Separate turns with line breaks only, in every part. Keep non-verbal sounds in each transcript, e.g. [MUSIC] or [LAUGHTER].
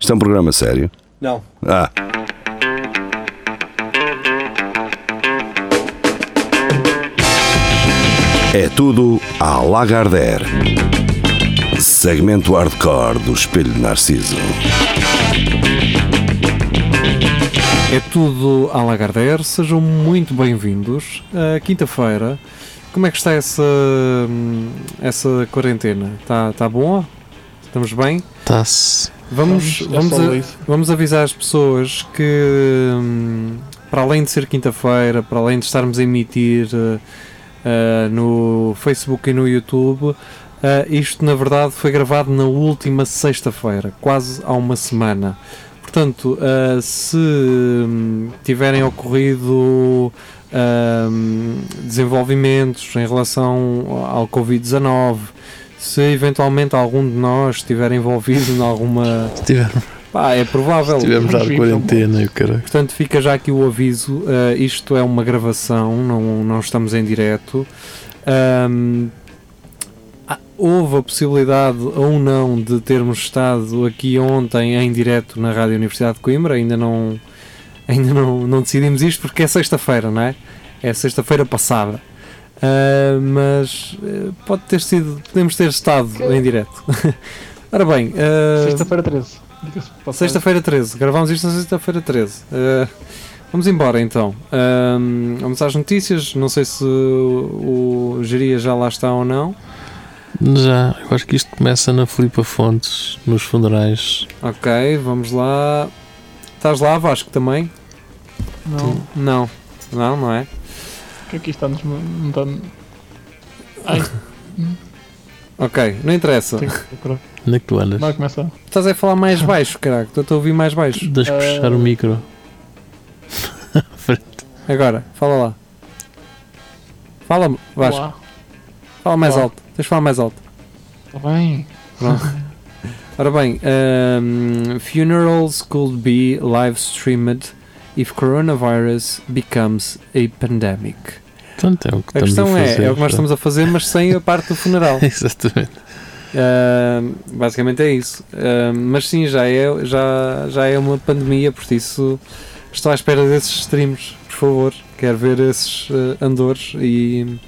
Isto é um programa sério.
Não.
Ah, é tudo à Lagardère. Segmento hardcore do Espelho de Narciso.
É tudo à Lagardère, sejam muito bem-vindos. Uh, Quinta-feira, como é que está essa, hum, essa quarentena? Está tá boa? Estamos bem?
Tá, Tá-se.
Vamos,
É
vamos,
só
a-
isso.
vamos avisar as pessoas que, hum, para além de ser quinta-feira, para além de estarmos a emitir eh, eh, no Facebook e no YouTube, eh, isto na verdade foi gravado na última sexta-feira, quase há uma semana. Portanto, eh, se hum, tiverem ocorrido hum, desenvolvimentos em relação ao Covid-19, se eventualmente algum de nós estiver envolvido em alguma
Tivemos,
Pá, é provável.
tivemos já de
Vivam.
então
quarentena e o caralho.
Portanto, fica já aqui o aviso: eh, isto é uma gravação, não, não estamos em direto. Ahm, ah, houve a possibilidade ou não de termos estado aqui ontem em direto na Rádio Universidade de Coimbra, ainda não, ainda não, não decidimos isto porque é sexta-feira, não é? É sexta-feira passada. Ah, mas eh, pode ter sido, podemos ter estado em direto. [LAUGHS] Ora bem, ah,
Sexta-feira 13. Diga-se de passagem.
Sexta-feira 13, gravámos isto na sexta-feira 13. Uh, vamos embora então. Um, vamos às notícias. Não sei se o, o Geria já lá está ou não.
Já, eu acho que isto começa na Filipa Fontes, nos funerais.
Ok, vamos lá. Estás lá, Vasco, também?
Não.
Não, não, não é?
O que aqui está nos. Não está. Ai,
Ok, não interessa.
tem que procurar.
Onde é que tu andas?
Não, começa.
Estás a falar mais baixo, caraca. Estou a ouvir mais baixo.
Tens que puxar o
Ah.
micro.
Agora, fala lá. Fala, Vasco,
Olá.
fala mais
Olá.
alto. Tens de falar mais alto.
Está bem.
[LAUGHS] Ora bem, um, funerals could be live streamed if coronavirus becomes a pandemic.
Portanto, é o que
A
estamos a
questão
fazer.
é, é o que nós
pá.
estamos a fazer, mas sem a parte do
[LAUGHS]
funeral.
Exatamente.
Um, basicamente é isso. Um, mas sim, já é, já, já é uma pandemia, por isso estou à espera desses streams, por favor. Quero ver esses eh, andores e,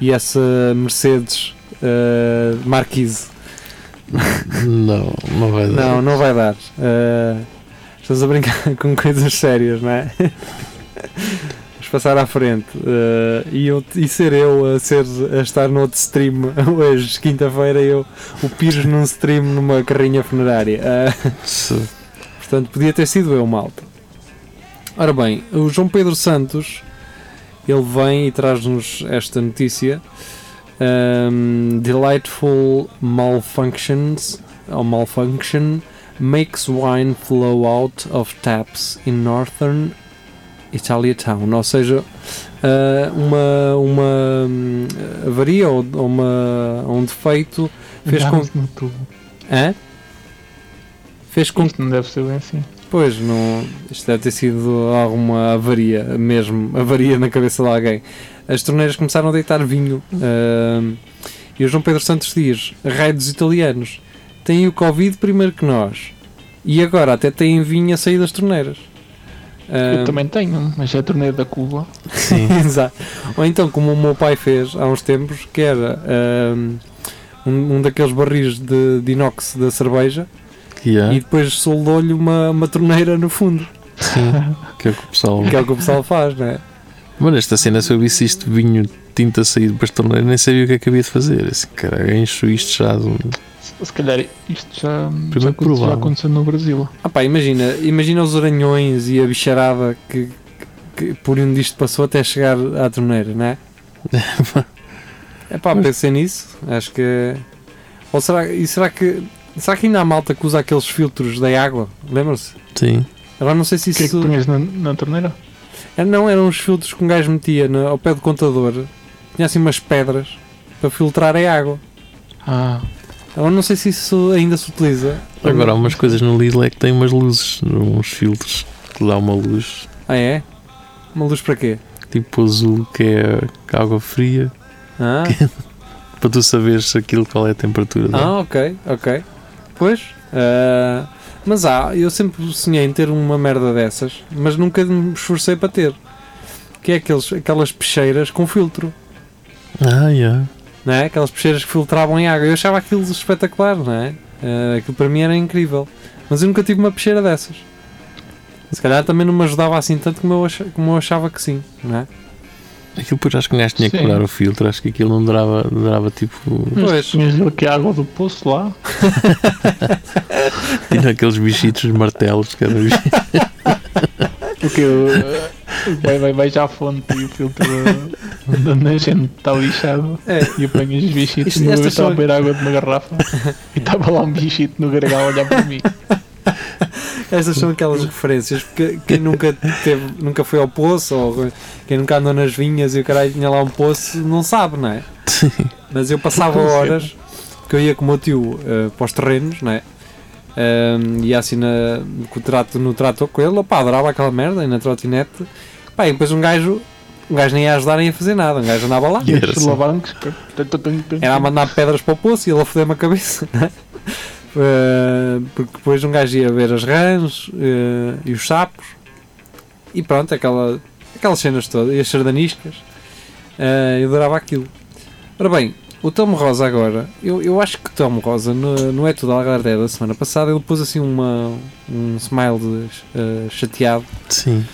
e essa Mercedes eh, Marquise.
Não, não vai dar.
Não, não vai dar. Uh, estamos a brincar [LAUGHS] com coisas sérias, não é? [LAUGHS] Vamos passar à frente. Uh, e, eu, e ser eu a, ser, a estar no outro stream [LAUGHS] hoje, quinta-feira, eu o pires num stream numa carrinha funerária. Uh,
Se-
portanto, podia ter sido eu, malta. Ora bem, o João Pedro Santos ele vem e traz-nos esta notícia: Um, Delightful malfunctions or malfunction makes wine flow out of taps in northern Italia town. Ou seja, ah, uma, uma hum, avaria ou ou uma, um defeito fez com.
Enganas no tubo.
Hã? Fez com
Isto não deve ser bem assim.
Pois, não, isto deve ter sido alguma avaria, mesmo, avaria na cabeça de alguém. As torneiras começaram a deitar vinho. ahm, e o João Pedro Santos diz: raio dos italianos, têm o Covid primeiro que nós. E agora até têm vinho a sair das torneiras.
Eu
Ahm,
também tenho, mas é a torneira da Cuba.
Sim.
[LAUGHS] Exato. Ou então, como o meu pai fez há uns tempos, que era ahm, um, um daqueles barris de, de inox da cerveja
Que há.
e depois soldou-lhe uma, uma torneira no fundo,
Sim. Que é o que o
[LAUGHS]
pessoal.
que é o que o pessoal faz, não é?
Mano, esta cena, se eu visse isto vinho tinta sair para torneira, nem sabia o que é que havia de fazer. Assim, cara, encho isto já de um.
Se se calhar isto já, já,
Primeiro
aconteceu, já
provável.
aconteceu no Brasil.
Ah pá, imagina, imagina os aranhões e a bicharada que, que- que por onde isto passou até chegar à torneira, não
[LAUGHS]
é? É pá, pensei nisso, acho que... Ou será, e será que... Será que ainda há malta que usa aqueles filtros da água? Lembram-se?
Sim.
Agora não sei se
O que é que
isso...
punhas na, na torneira?
Ah, Não, eram os filtros que um gajo metia no- ao pé do contador. Tinha assim umas pedras para filtrar a água.
Ah,
Agora não sei se isso ainda se utiliza.
Agora há umas coisas no Lidl é que têm umas luzes, uns filtros que dá uma luz
Ah é? Uma luz para quê?
tipo azul que é água fria
Ah?
para Né? é? tu saberes se aquilo qual é a temperatura. dela.
Ah, ok, ok. Pois. ah, Mas há, eu sempre sonhei em ter uma merda dessas, mas nunca me esforcei para ter. Que é aqueles, aquelas peixeiras com filtro,
Ah, yeah.
não é? Aquelas peixeiras que filtravam em água. Eu achava aquilo espetacular, não é? Eh, aquilo para mim era incrível. Mas eu nunca tive uma peixeira dessas. Se calhar também não me ajudava assim tanto como eu achava, como eu achava que sim, não é?
Aquilo depois acho que um gajo tinha que
Sim.
curar o filtro, acho que aquilo não durava, durava tipo. [LAUGHS]
Pois.
Mas tinhas ele que é a água do poço lá.
tinha aqueles bichitos de martelos de cada bicho.
Porque uh, vai, vai, vai já à fonte e o filtro da- da nascente está lixado.
É.
E apanhas os bichitos.
Isto-
No, eu
estas
estava a
são-
beber água de uma garrafa e estava lá um bichito no gargalo a olhar para mim.
Estas são aquelas referências, porque quem nunca, teve, nunca foi ao poço, ou quem nunca andou nas vinhas e o caralho tinha lá um poço, não sabe, não é? Mas eu passava
Não sei.
horas, porque eu ia com o meu tio eh, para os terrenos, não é? Ahm, ia assim na, com o trato, no trator com ele, opá, adorava aquela merda, e na trotinete. Pá, e depois um gajo, um gajo nem ia ajudar nem a fazer nada, um gajo andava lá.
E era
Os
só-
Solavancos.
Era É a mandar pedras para o poço e ele a foder-me a cabeça. [LAUGHS] né? Eh, porque depois um gajo ia ver as rãs eh, e os sapos e pronto, aquela, aquelas cenas todas, e as sardaniscas. Eh, eu adorava aquilo. Ora bem, o Telmo Rosa agora, eu, eu acho que o Telmo Rosa, no, no É Tudo Algardeia da semana passada, ele pôs assim uma, um smile de, eh, chateado.
Sim.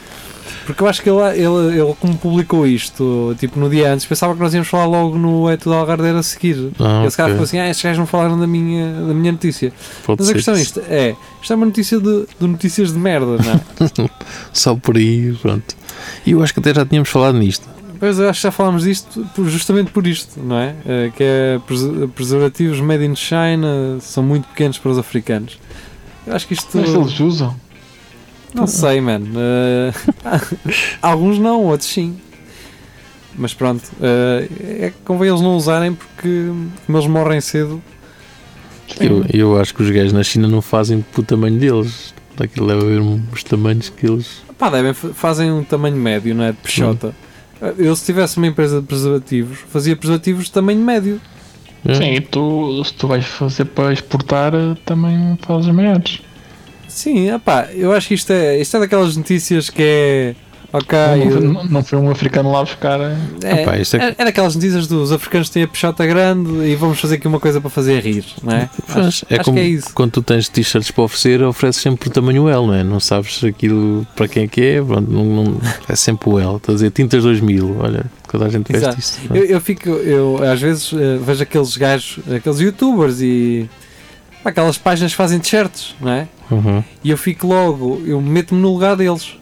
Porque eu acho que ele, ele, ele, como publicou isto, tipo no dia antes, pensava que nós íamos falar logo no É Tudo Algardeiro a seguir.
Ah,
Esse cara
ok.
falou assim: Ah, estes gajos não falaram da minha, da minha notícia.
Pode
Mas a
ser
questão é
que
isto: é, isto é uma notícia de, de notícias de merda, não
[LAUGHS]
é?
Só por aí, pronto. E eu acho que até já tínhamos falado nisto.
Pois eu acho que já falámos disto por- justamente por isto, não é? Eh, que é preser- preservativos made in China são muito pequenos para os africanos. Eu acho que isto.
Mas é eles usam.
Não sei, mano. Eh, [LAUGHS] alguns não, outros sim. Mas pronto, eh, é que convém eles não usarem porque como eles morrem cedo.
Eu, eu acho que os gajos na China não fazem pelo tamanho deles. Daquilo deve haver uns tamanhos que eles.
Pá, devem, fa- fazem um tamanho médio, não é? De peixota. Eu, se tivesse uma empresa de preservativos, fazia preservativos de tamanho médio.
É.
Sim, e tu, se tu vais fazer para exportar, eh, também fazes maiores.
Sim, opá, eu acho que isto é, isto é daquelas notícias que é. Ok,
não,
eu-
não- não foi um africano lá buscar. eh,
é,
Opá, isto é-
é- é daquelas notícias dos africanos que têm a peixota grande e vamos fazer aqui uma coisa para fazer rir, não é?
Faz.
Acho,
é
acho
como
que é isso.
quando tu tens t-shirts para oferecer, ofereces sempre o tamanho L, não é? Não sabes se aquilo para quem é que é, pronto, não, não- é sempre o L. Estás a dizer, tintas 2000, olha, toda a gente veste é?
Exato.
isto.
Eu, eu fico, eu às vezes eh, vejo aqueles gajos, aqueles youtubers e pá, aquelas páginas que fazem t-shirts, não é?
Uhum.
E eu fico logo, eu meto-me no lugar deles.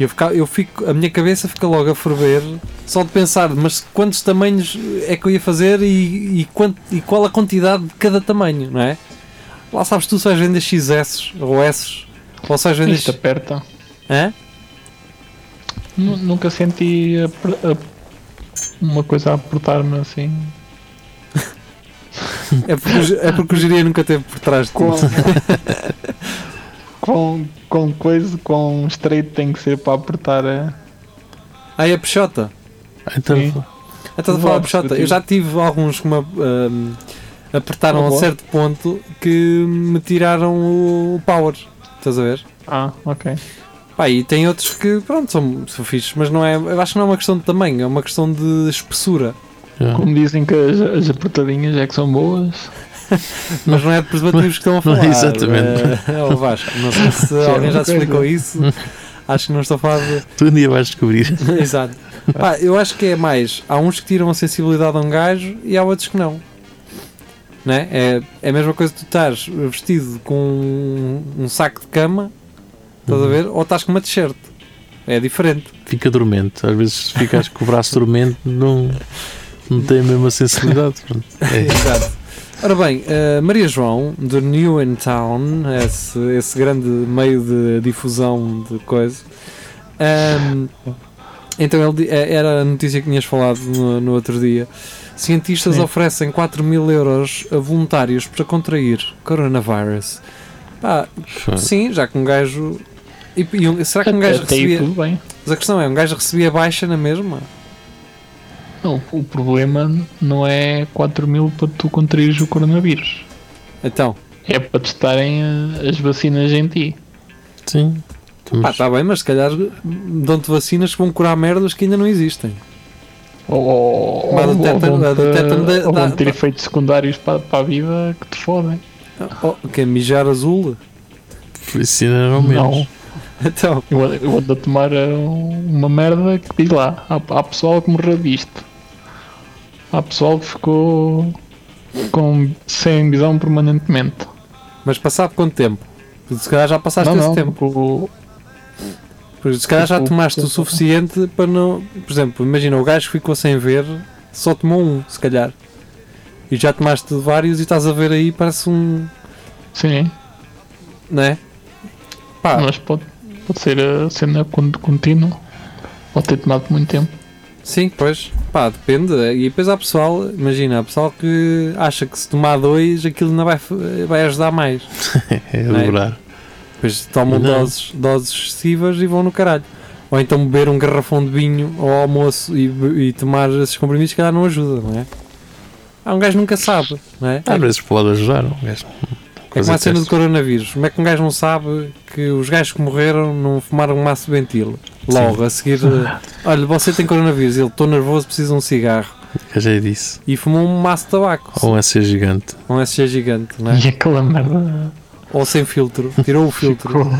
Eu, fica, eu fico, a minha cabeça fica logo a ferver só de pensar, mas quantos tamanhos é que eu ia fazer e, e, quant- e qual a quantidade de cada tamanho, não é? Lá sabes tu se vais vender XS ou S ou se vais vender.
Isto aperta.
Hã?
Nu- Nunca senti a per- a- uma coisa a apertar-me assim.
É porque, o- é porque o Jiria nunca teve por trás de ti.
[LAUGHS] Quão, quão, quão coisa, quão estreito tem que ser para apertar. eh?
Ah, é a Peixota.
Ah, Então,
Sim.
Então,
Vá,
falar de Peixota,
discutir.
eu já tive alguns que me ahm, apertaram
Tá
a um
bom.
certo ponto que me tiraram o, o power. Estás a ver?
Ah, ok.
Pá, e tem outros que, pronto, são, são fixos, mas não é, eu acho que não é uma questão de tamanho, é uma questão de espessura.
já.
Como dizem que as, as apertadinhas é que são boas.
Mas não é de preservativos que estão a
Não é
falar.
exatamente.
eh, é o Vasco, não sei se
é
alguém já
outra
te explicou isso. Acho que não estou a falar
[LAUGHS]
de,
tu um dia vais descobrir.
Exato. Pá, eu acho que é mais. Há uns que tiram a sensibilidade a um gajo e há outros que não. Né? É, é a mesma coisa que tu estás vestido com um, um saco de cama, estás a ver? Ou estás com uma t-shirt. É diferente.
Fica dormente. Às vezes ficas com o braço dormente, não, não tem a mesma sensibilidade. pronto. É.
Exato. Ora bem, eh, Maria João, do New in Town, esse, esse grande meio de difusão de coisa. ahm, então, ele, di- eh, era a notícia que tinhas falado no, no outro dia. Cientistas
Sim.
oferecem 4 mil euros a voluntários para contrair coronavírus. Pá, sim, já que um gajo. E, e um- será que um gajo
Ah. Até aí
recebia.
tudo bem.
Mas a questão é: um gajo recebia baixa na mesma?
Não, o problema não é 4 mil para tu contraires o coronavírus.
Então,
É para testarem eh, as vacinas em ti.
Sim. Estamos-
Ah, está bem, mas se calhar dão-te vacinas que vão curar merdas que ainda não existem.
Ou, ou,
Mas
ou,
o tétano-
vão-te-
o tétano dá-
ou vão
dá-
ter efeitos secundários para, para a vida que te fodem.
Oh, que é mijar azul? [LAUGHS]
Felicidade ao menos.
Não.
Então,
Eu ando- Eu ando a tomar eh, uma merda que diz lá. Há, há pessoal que morreu disto. Há pessoal que ficou com, sem visão permanentemente.
mas passado quanto tempo? Se calhar já passaste
Não,
esse
não,
tempo.
o-
Por isso, Se calhar já
Tipo,
tomaste o
tipo-
suficiente para não. Por exemplo, imagina o gajo que ficou sem ver, só tomou um, se calhar. E já tomaste vários e estás a ver aí, parece um.
Sim,
né? Pá,
mas pode, pode ser a cena con- contínua. Pode ter tomado muito tempo.
sim, pois. Pá, depende. E depois há pessoal, imagina, há pessoal que acha que se tomar dois aquilo não vai, f- vai ajudar mais.
[LAUGHS] É
Não é?
dobrar.
Depois tomam
Não.
doses, doses excessivas e vão no caralho. Ou então beber um garrafão de vinho ao almoço e, be- e tomar esses comprimidos, se calhar não ajuda, não é? Ah, um gajo nunca sabe, não é?
Às vezes pode ajudar. Um gajo.
É como a
Fazer
cena do
testes.
coronavírus. Como é que um gajo não sabe que os gajos que morreram não fumaram um maço de ventilo? Logo, a seguir, eh, olha, você tem coronavírus, ele estou nervoso, precisa de um cigarro.
Eu já disse.
E fumou um maço de tabaco,
Ou um ser gigante.
um SG gigante, não
[LAUGHS]
é?
E aquela merda
Ou sem filtro, tirou o filtro.
ficou.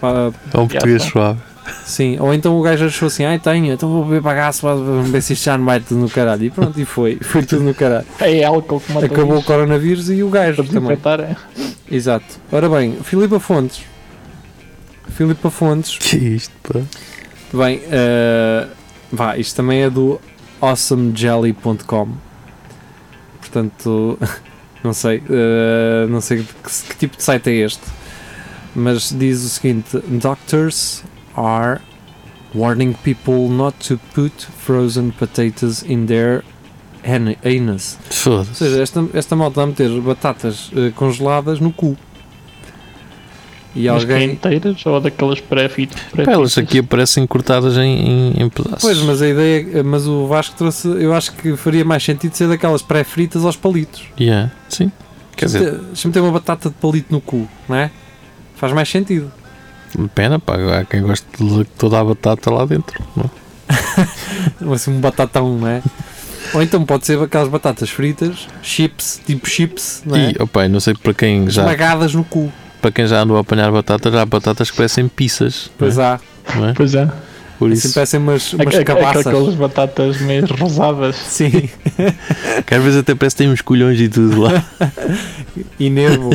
Pá,
Ou um português
tá.
suave.
sim, ou então o gajo achou assim, ai tenho, então vou beber bagaço, vamos ver se isto já não vai tudo no caralho. E pronto, e foi, [LAUGHS] foi tudo no caralho.
É álcool que mata
Acabou o
bicho.
coronavírus e o gajo
Para
também.
desinfetar, é.
Exato. Ora bem, Filipa Fontes. Filipa Fontes
Que é isto, pá?
Bem, eh, vá, isto também é do awesomejelly.com. Portanto, [LAUGHS] não sei, eh, não sei que, que tipo de site é este, mas diz o seguinte: Doctors are warning people not to put frozen potatoes in their an- anus. Ou
Foda-se.
seja, esta, esta malta a meter batatas eh, congeladas no cu. E
Mas que é
alguém.
inteiras ou daquelas pré-fitas?
Pá, Elas aqui aparecem cortadas em, em, em pedaços.
é Pois, mas a ideia, mas o Vasco trouxe, eu acho que faria mais sentido ser daquelas pré-fritas aos palitos.
Yeah, Sim. Quer dizer,
Deixa-me ter- Deixa-me ter uma batata de palito no cu, não é? Faz mais sentido.
pena, pá. Há quem gosta de toda a batata lá dentro. não?
Ou assim, um batatão, não é? Ou então pode ser aquelas batatas fritas, chips, tipo chips, não é?
E, opa, não sei para quem já
Esmagadas no cu.
para quem já andou a apanhar batatas, já há batatas que parecem pizzas.
Pois
não é?
há.
Não é?
Pois é.
Por
Assim
isso, É
parecem umas,
Aqu-
umas
aqu-
cabaças.
Aquelas batatas meio rosadas.
Sim.
que às vezes até parece que tem uns colhões e tudo lá.
[LAUGHS]
[LAUGHS]
E nervo.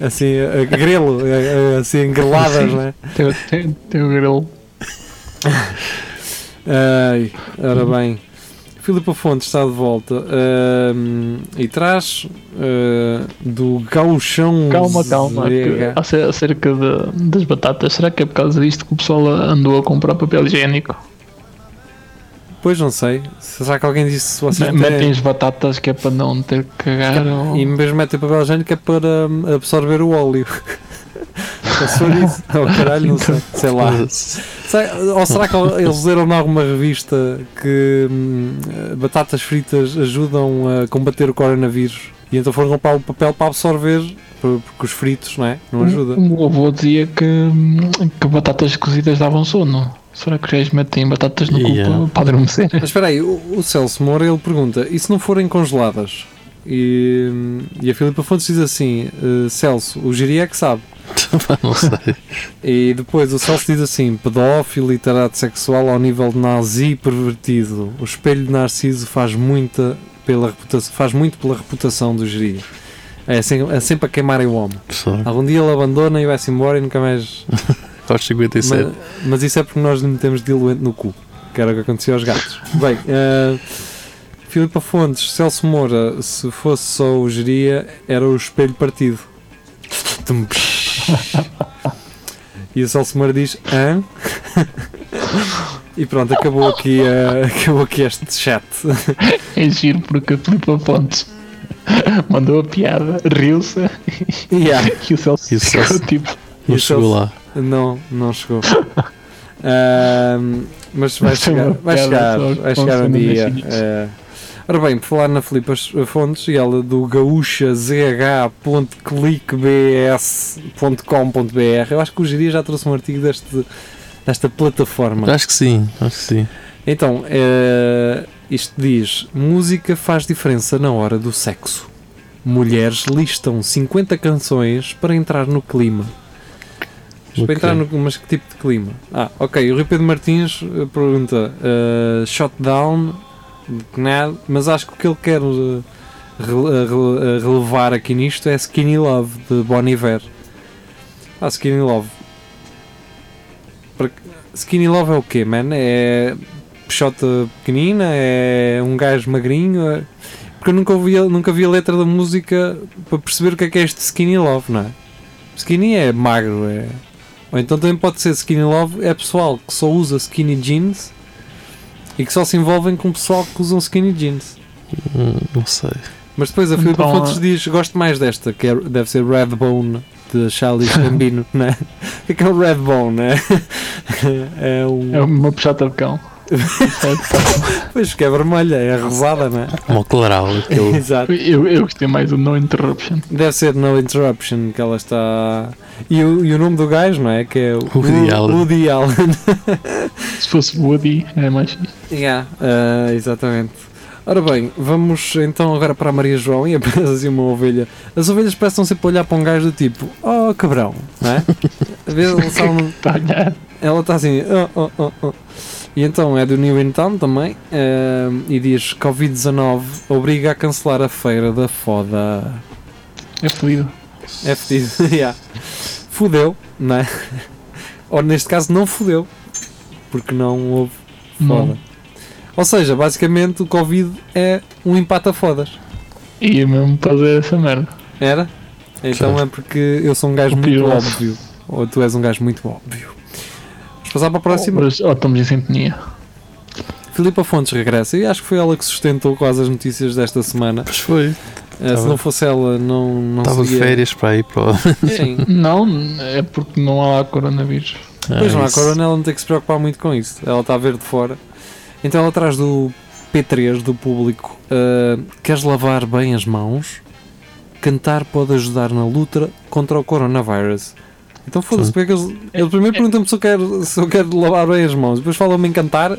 Assim, a a grelo, a- a- assim, engreladas,
Sim.
não é?
Tem, tem, tem o grilo.
Ai, ora bem. Filipe Fontes está de volta ahm, e traz ah, do gauchão
Calma, calma.
Zega.
que ace- Acerca de- das batatas, será que é por causa disto que o pessoal andou a comprar papel higiênico?
Pois não sei. Será que alguém disse se vocês
Metem
têm-
as batatas que é para não ter que cagar? ou-
E mesmo metem papel higiênico é para hum, absorver o óleo. [LAUGHS] É só isso. Oh, caralho, não sei. Sei lá. Será- Ou será que eles leram em alguma revista que hum, batatas fritas ajudam a combater o coronavírus? E então foram comprar o papel para absorver, por- porque os fritos, não é? Não
[LAUGHS]
ajuda.
O meu avô dizia que, hum, que batatas cozidas davam sono. Será que os gays metem batatas no
Yeah.
cu para- para adormecer? [LAUGHS]
Mas espera aí, o, o Celso Moura ele pergunta: e se não forem congeladas? E, hum, e a Filipa Fontes diz assim: eh, Celso, o Giri é que sabe.
Pá, não sei.
E depois o Celso diz assim: pedófilo, literato sexual ao nível de nazi pervertido. O espelho de Narciso faz muita pela reputação, faz muito pela reputação do Giri. É, sem- é sempre a queimarem o homem.
Pessoal,
Algum dia ele abandona e vai-se embora e nunca mais.
aos 57.
Mas, mas isso é porque nós lhe metemos diluente no cu, que era o que acontecia aos [LAUGHS] gatos. Bem, eh, Filipa Fontes, Celso Moura, se fosse só o geria, era o espelho partido. Tum, psh. E o Celso Moura diz: Hã? [LAUGHS] E pronto, acabou aqui, eh, [LAUGHS] acabou aqui este chat.
É giro porque a Filipa Fontes [LAUGHS] mandou a piada, riu-se e o Celso
E o Celso-
ficou tipo.
Não
e
chegou lá.
Não, não chegou. [LAUGHS] Ahm, mas vai
Mas tem
chegar,
uma
vai
piada
chegar,
só
vai
com
chegar um
cenas
dia.
assim.
eh. Ora bem, por falar na Filipas Fontes e ela do gaúchazh.clickbs.com.br, eu acho que o Giria já trouxe um artigo deste, desta plataforma.
Acho que sim, acho que sim.
Então, eh, isto diz: música faz diferença na hora do sexo. Mulheres listam 50 canções para entrar no clima. Mas Para
Ok.
entrar no. Mas que tipo de clima? Ah, ok. O Rui Pedro Martins eh, pergunta: eh, Shutdown, que nada, mas acho que o que ele quer eh, rele- eh, rele- eh, relevar aqui nisto é Skinny Love de Bon Iver. Ah, Skinny Love. Para- Skinny Love é o quê, man? É peixota pequenina? É um gajo magrinho? É- Porque eu nunca, ouvi, a- nunca vi a letra da música para perceber o que é que é este Skinny Love, não é? Skinny é magro, é. Ou então também pode ser Skinny Love, é pessoal que só usa skinny jeans e que só se envolvem com pessoal que usam skinny jeans.
Hum,
[LAUGHS]
Não sei.
Mas depois a Filipe
Então,
Fontes
ah.
diz: Gosto mais desta, que é- deve ser Redbone de Charlie Gambino, [LAUGHS] né? O que é [LAUGHS] que é o Redbone, né? É
É
um.
uma puxada de cão.
Pois que é vermelha, é rosada, né?
Como o Claral,
[LAUGHS]
aquele.
Exato.
eu, eu gostei mais do No Interruption.
Deve ser No Interruption que ela está. E o, e o nome do gajo, não é? Que é o
Woody
Wo-
Allen.
Woody Allen. [LAUGHS]
Se fosse Woody, era mais fixe.
Yeah, ah, exatamente. Ora bem, vamos então agora para a Maria João e apenas assim uma ovelha. As ovelhas parecem sempre olhar para um gajo do tipo, oh cabrão, não é? Às vezes elas são-
Tá a olhar.
ela está assim, "Oh, oh, oh, oh." E então é do New In Town também ah, e diz: Covid-19 obriga a cancelar a feira da foda.
É fodido.
É fedido, [LAUGHS] yeah. Fudeu, não é? Ou neste caso não fudeu, porque não houve foda.
Não.
Ou seja, basicamente o Covid é um empate a fodas.
Ia mesmo fazer essa merda.
Era? Então é porque eu sou um gajo
O
muito
pior.
óbvio. Ou tu és um gajo muito óbvio. Vamos passar para a próxima.
Mas, ó, estamos em sintonia.
Filipa Fontes regressa. E acho que foi ela que sustentou quase as notícias desta semana.
Mas foi.
Eh, se
Tava-
não fosse ela, não, não
Estava de
seria-
férias para aí, prova.
[LAUGHS] Sim.
Não, é porque não há lá coronavírus.
Pois
Ah,
não, a Corona ela não tem que se preocupar muito com isso. Ela está a ver de fora. Então ela traz do P3, do público, ah, queres lavar bem as mãos? Cantar pode ajudar na luta contra o coronavírus. Então foda-se, porque é que eles... Ele primeiro pergunta-me se eu, quero, se eu quero lavar bem as mãos, depois fala-me
[LAUGHS]
em cantar.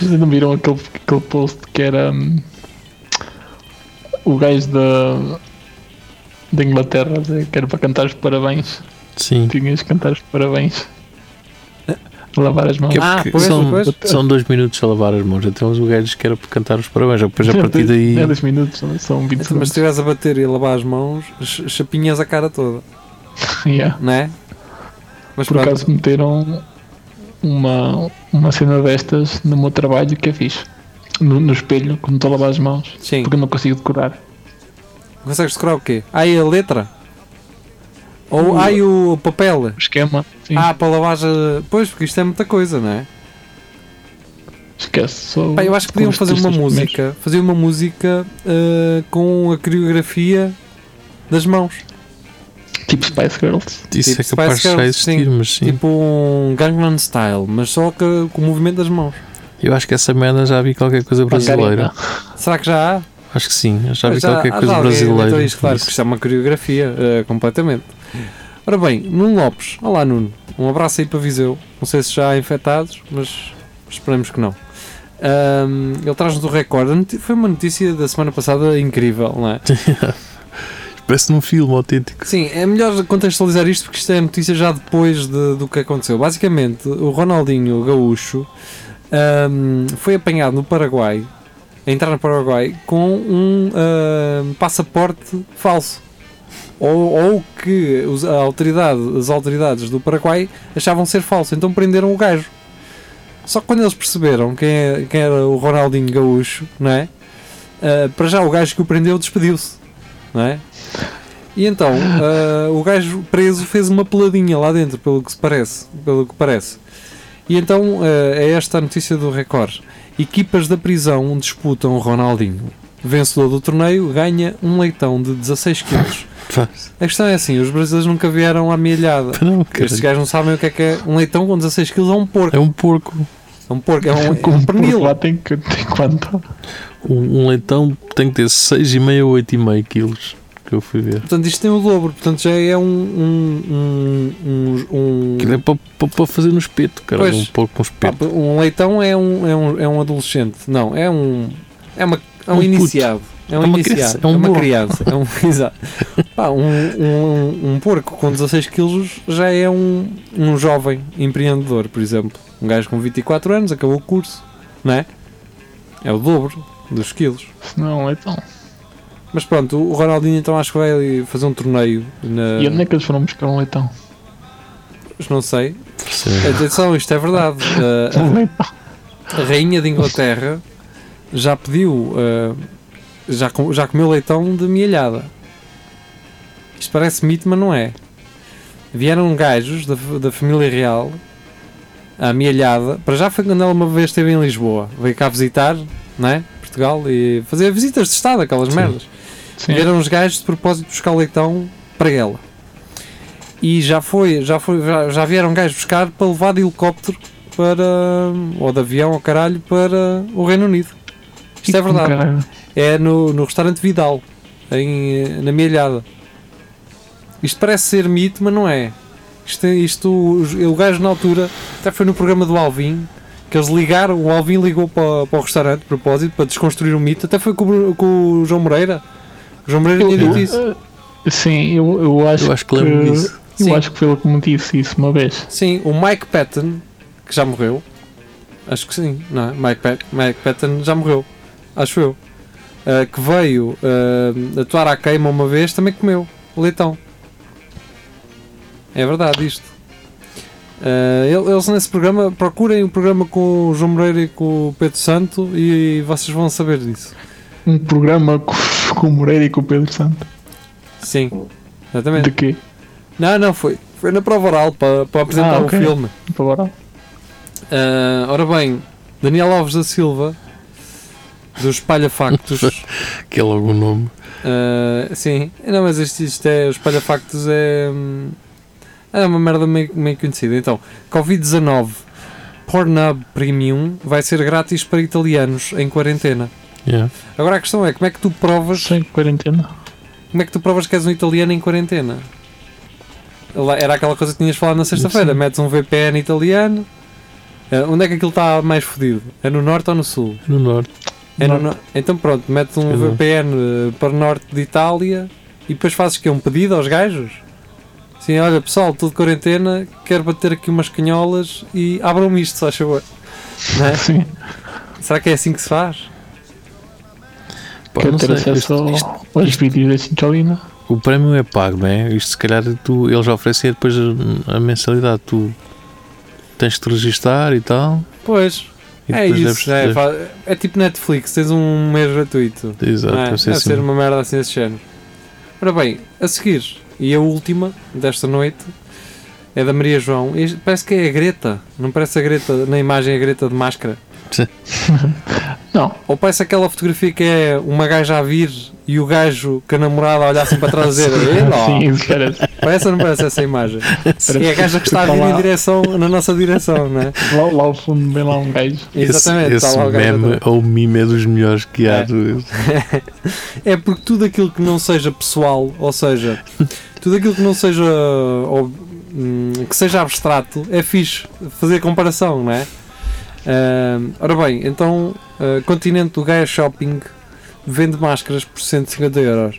Vocês não viram aquele, aquele post que era hum, o gajo da, da Inglaterra a dizer que era para cantar os parabéns.
Sim.
Tinhas que cantar os parabéns. Lavar as mãos.
Que é
Ah,
porque
pois,
são,
pois.
são dois minutos a lavar as mãos. Então os gajos que era por cantar os parabéns.
[LAUGHS]
Depois a partir daí.
É 10 minutos, não é? são 20
Mas se
segundos.
estiveres a bater e a lavar as mãos, ch- chapinhas a cara toda,
[LAUGHS] Yeah.
não é? Mas
Por
pronto,
acaso meteram uma, uma cena destas no meu trabalho que é fixe. No, no espelho, quando estou a lavar as mãos.
sim.
Porque eu não consigo decorar.
Consegues decorar o quê? Ai, a letra? Ou
Hum.
ai, o papel?
O esquema, sim.
Ah, para lavar. eh, Pois, porque isto é muita coisa, não é?
esquece. Só
Pá, eu acho que
com
podiam
os
fazer uma
é
artistas
tipo
primeiros.
música. Fazer uma música eh, com a coreografia das mãos.
Tipo Spice Girls.
Isso
Tipo
é capaz
Spice
de já
Girls,
existir,
sim.
mas sim.
Tipo um Gangnam Style, mas só que, com o movimento das mãos.
Eu acho que essa merda já vi qualquer coisa brasileira.
Será que já há?
Acho que sim, eu já
Pois ah,
vi qualquer
há
coisa
alguém que
brasileira.
inventou então isto, claro,
Isso.
porque isto é uma coreografia, eh, completamente. Ora bem, Nuno Lopes. Olá, Nuno. Um abraço aí para Viseu. Não sei se já há infectados, mas esperemos que não. Ahm, ele traz-nos o recorde. A noti- Foi uma notícia da semana passada incrível, não é?
Parece num filme autêntico.
Sim, é melhor contextualizar isto porque isto é notícia já depois de- do que aconteceu. Basicamente, o Ronaldinho Gaúcho ahm, foi apanhado no Paraguai, a entrar no Paraguai, com um ahm, passaporte falso. Ou, ou que os- a autoridade, as autoridades do Paraguai achavam ser falso, então prenderam o gajo. Só que quando eles perceberam quem, é- quem era o Ronaldinho Gaúcho, não é? Ah, para já o gajo que o prendeu despediu-se, não é? E então, ah, o gajo preso fez uma peladinha lá dentro, pelo que se parece, pelo que parece. E então, ah, é esta a notícia do Record. Equipas da prisão disputam o Ronaldinho. Vencedor do torneio ganha um leitão de 16 quilos.
Faz.
A questão é assim, os brasileiros nunca vieram à milhada.
Não,
Estes
caralho.
gajos não sabem o que é que é um leitão com 16 kg é um porco.
É um porco.
É um porco, é
[LAUGHS]
um, é
Com
um pernil.
lá tem, que- tem quanto?
Um, um leitão tem que ter 6,5 ou 8,5 quilos. Que eu fui ver.
Portanto, isto tem o dobro. Portanto, já é um. um, um, um, um
Aquilo é para, para, fazer no espeto, cara.
Pois.
Um pouco com
Pá,
espeto.
um leitão é um, é um, é um adolescente. Não, é um. É, uma, é um,
Um puto.
iniciado. É um
É uma
iniciado.
criança, é um
é uma
burro.
criança. É um, [LAUGHS] exato. Pá, um, um, um porco com 16 quilos já é um, um jovem empreendedor, por exemplo. Um gajo com 24 anos, acabou o curso. Não é? É o dobro dos quilos.
Se não, então.
Mas pronto, o Ronaldinho então acho que vai fazer um torneio. Na,
E onde é que eles foram buscar um leitão?
Não sei.
Sim.
Atenção, isto é
[LAUGHS]
verdade. Ah,
Um leitão.
A rainha de Inglaterra já pediu, ah, já, com- já comeu leitão de mielhada. Isto parece mito, mas não é. Vieram gajos da, f- da família real à mielhada. Para já foi quando ela uma vez esteve em Lisboa. Veio cá visitar, não é? Portugal e fazer visitas de Estado, aquelas
Sim.
merdas.
Sim.
Vieram os gajos de propósito buscar leitão para ela. E já foi, já foi, já, já vieram gajos buscar para levar de helicóptero para. ou de avião ao caralho para o Reino Unido. Isto é verdade.
Caralho.
É no, no restaurante Vidal, em, eh, na Mielhada. Isto parece ser mito, mas não é. Isto, isto os- o gajo na altura, até foi no programa do Alvin, que eles ligaram, o Alvin ligou para, para o restaurante de propósito, para desconstruir o mito, até foi com, o Bru- com o João Moreira. O João Moreira tinha
Eu-
dito isso.
eh, Sim, eu, eu acho
Eu acho que lembro
que-
disso.
Eu
Sim.
acho que foi ele que me disse isso uma vez.
Sim, o Mike Patton, que já morreu. Acho que sim, não é? Mike, Pat- Mike Patton já morreu. Acho eu. Ah, que veio ah, atuar à queima uma vez, também comeu leitão. É verdade isto. Ah, ele- eles nesse programa, procurem o programa com o João Moreira e com o Pedro Santo e vocês vão saber disso.
Um programa com, [LAUGHS] com o Moreira e com o Pedro Santo.
Sim, exatamente.
De quê?
Não, não, foi, foi na prova oral para, para apresentar
Ah, ok.
o filme.
Para agora?
Ah, ora bem, Daniel Alves da Silva, dos Espalhafactos.
Que é logo o nome.
ah, sim, não, mas isto, isto é. Os Espalhafactos é. hum, É uma merda meio, meio conhecida. Então, Covid-19. Pornhub Premium vai ser grátis para italianos em quarentena.
Yeah.
Agora a questão é como é que tu provas
Sem quarentena?
como é que tu provas que és um italiano em quarentena? Lá- Era aquela coisa que tinhas falado na sexta-feira.
Sim.
Metes um VPN italiano. Ah, onde é que aquilo está mais fodido? É no norte ou no sul?
No norte.
É no
Norte.
no- Então pronto, metes um
Pois é.
VPN eh, para o norte de Itália e depois fazes que um pedido aos gajos? Sim, olha pessoal, estou de quarentena, quero bater aqui umas canholas e abram-me isto, se faz favor. [LAUGHS] Não é?
Sim.
Será que é assim que se faz?
Pá,
Quero
não
ter
sei,
acesso
isto-
ao-
isto-
aos vídeos da Cinciolina.
o prémio é pago, não é? Isto se calhar tu, eles oferecem depois a, a mensalidade. Tu tens de te registar e tal.
Pois,
E
é
depois
isso.
deves-
é,
deves-
fa- é tipo Netflix, tens um mês gratuito.
Exato,
não é?
deve ser
Deve
assim.
ser uma merda assim desse género. Ora bem, a seguir, e a última desta noite, é da Maria João. Este- Parece que é a Greta, não parece a Greta, na imagem a Greta de máscara.
Não,
Ou parece aquela fotografia que é uma gaja a vir e o gajo com a namorada a olhar assim para trás e
[LAUGHS]
dizer
[LAUGHS]
"Ei, lá".
sim, isso parece.
Parece ou não parece essa imagem?
parece
é a gaja que está a vir
lá,
em direção, na nossa direção, não é?
lá, lá ao fundo vem lá um gajo.
Esse-
Exatamente,
Esse,
está lá o gajo
meme
atrás.
ou mime é dos melhores que há.
É.
do-
É porque tudo aquilo que não seja pessoal, ou seja, tudo aquilo que não seja. ou, hum, que seja abstrato, é fixe fazer comparação, não é? Ahm, ora bem, então, ah, Continente do Gaia Shopping vende máscaras por 150 euros.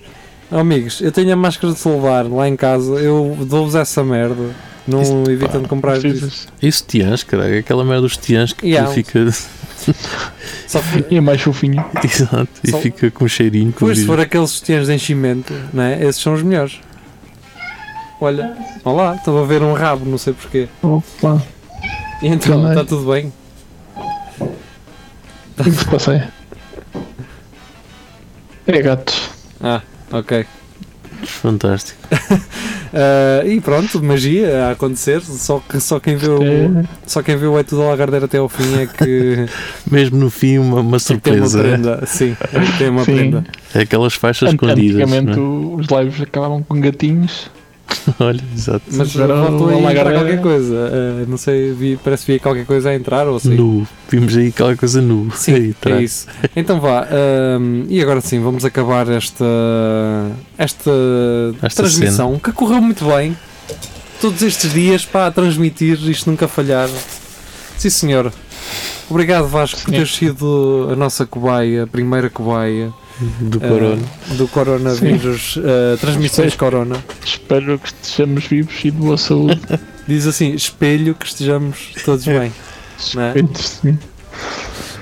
Oh, amigos, eu tenho a máscara de celular lá em casa, eu dou-vos essa merda. Não
Isto,
evitam de comprar isso.
Precisas.
Isso tiãs, cara. Aquela merda dos tiãs que tu
Yeah.
fica. [LAUGHS]
Só que-
E é mais fofinho.
Exato. E
São-
fica com um cheirinho. Com
Pois, se
diz.
for aqueles sutiãs de enchimento, não é? esses são os melhores. Olha, olá, estou a ver um rabo, não sei porquê.
Opa,
E então,
Também.
está tudo bem?
o que se passei? É gato.
Ok.
Fantástico.
Ah, e pronto, magia a acontecer, só, que, só, quem vê o,
É,
só quem vê o É Tudo a Lagardeira até ao
[LAUGHS]
fim é que
Mesmo no fim, uma, uma
tem uma
surpresa.
prenda. Sim, é que tem uma
Sim.
prenda.
É aquelas faixas
an-
escondidas.
antigamente
não é?
os lives acabavam com gatinhos
[LAUGHS] Olha, exato.
Mas
Era
faltou
uma
aí entrar
lagardeira.
qualquer coisa. eh, não sei, vi, parece que vi qualquer coisa a entrar ou assim.
Nu. Vimos aí aquela coisa nu.
Sim,
aí, tá,
É
atrás.
isso. Então vá. hum, e agora sim, vamos acabar esta, esta,
Esta
transmissão que correu muito bem. Todos estes dias para a transmitir, isto nunca falhar. Sim, senhor. Obrigado, Vasco, por
Sim.
teres sido a nossa cobaia, a primeira cobaia
Do
eh,
Corona.
do coronavírus, eh, transmissões Corona.
Espero que estejamos vivos e de boa
[LAUGHS]
saúde.
Diz assim: espelho que estejamos todos bem. Não é?
Espero que sim.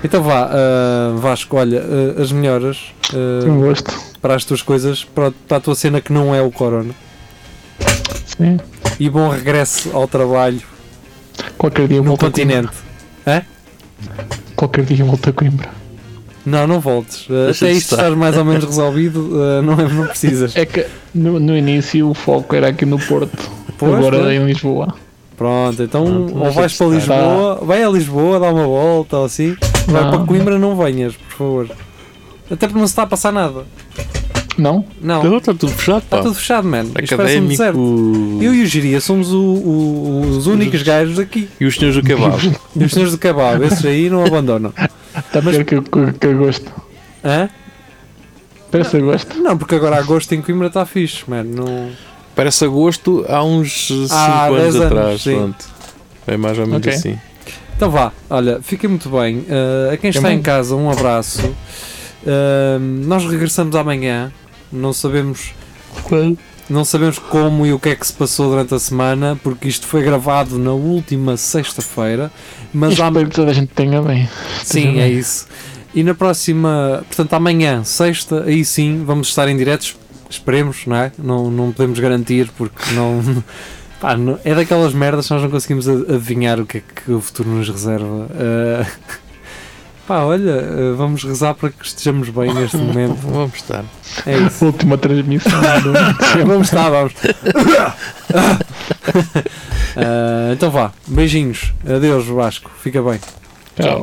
Então vá, ah, Vasco, olha, ah, as melhoras ah,
Tenho um gosto.
para as tuas coisas, para para a tua cena que não é o Corona.
Sim.
E bom regresso ao trabalho
Qualquer dia
no
volto a Coimbra.
continente.
Qualquer dia volto a Coimbra.
Não, não voltes. Ah,
Deixa
até
de
isto
estar.
estar mais ou menos resolvido, ah, não, é- não
[LAUGHS]
precisas.
É que no, no início o foco era aqui no Porto,
Pois,
agora é
pois.
em Lisboa.
Pronto, então
Pronto,
ou
deixa
vais
de
para
estar.
Lisboa, vai a Lisboa, dá uma volta ou assim. Vai
Não.
para Coimbra, não venhas, por favor. Até porque não se está a passar nada.
Não?
Ah, Não,
Não, está tá tudo fechado, pá.
está tudo fechado, mano. Isto parece um deserto.
Académico.
Eu e o Giria somos o- o- os únicos gajos daqui.
E os
[LAUGHS]
senhores do kebab.
E os senhores do kebab, esses aí não
[LAUGHS]
abandonam.
Está pior que, eu- que, que eu gosto.
Hã?
Parece que eu gosto.
Não, porque agora agosto em Coimbra está fixe, mano. Não...
Parece agosto há uns 5
Ah, há
anos,
10 anos,
atrás.
sim.
Pronto. É mais ou menos
Ok.
assim.
Então vá, olha, fiquem muito bem. Ah, a quem está
bem.
em casa, um abraço. Ah, nós regressamos amanhã. Não sabemos. Não sabemos como e o que é que se passou durante a semana, porque isto foi gravado na última sexta-feira, mas há,
Espero que toda a gente tenha bem.
Sim, é isso. E na próxima, portanto, amanhã, sexta, aí sim vamos estar em diretos. Esperemos, não é? Não, não podemos garantir porque não. [LAUGHS] Pá, não- é daquelas merdas que nós não conseguimos a- adivinhar o que é que o futuro nos reserva. Ah, [LAUGHS] pá, olha, ah, vamos rezar para que estejamos bem neste momento.
Vamos estar.
É isso.
[LAUGHS] Última transmissão.
[LAUGHS] Vamos estar, vamos. [LAUGHS] Ah, então vá, beijinhos. Adeus, Vasco. Fica bem.
Tchau.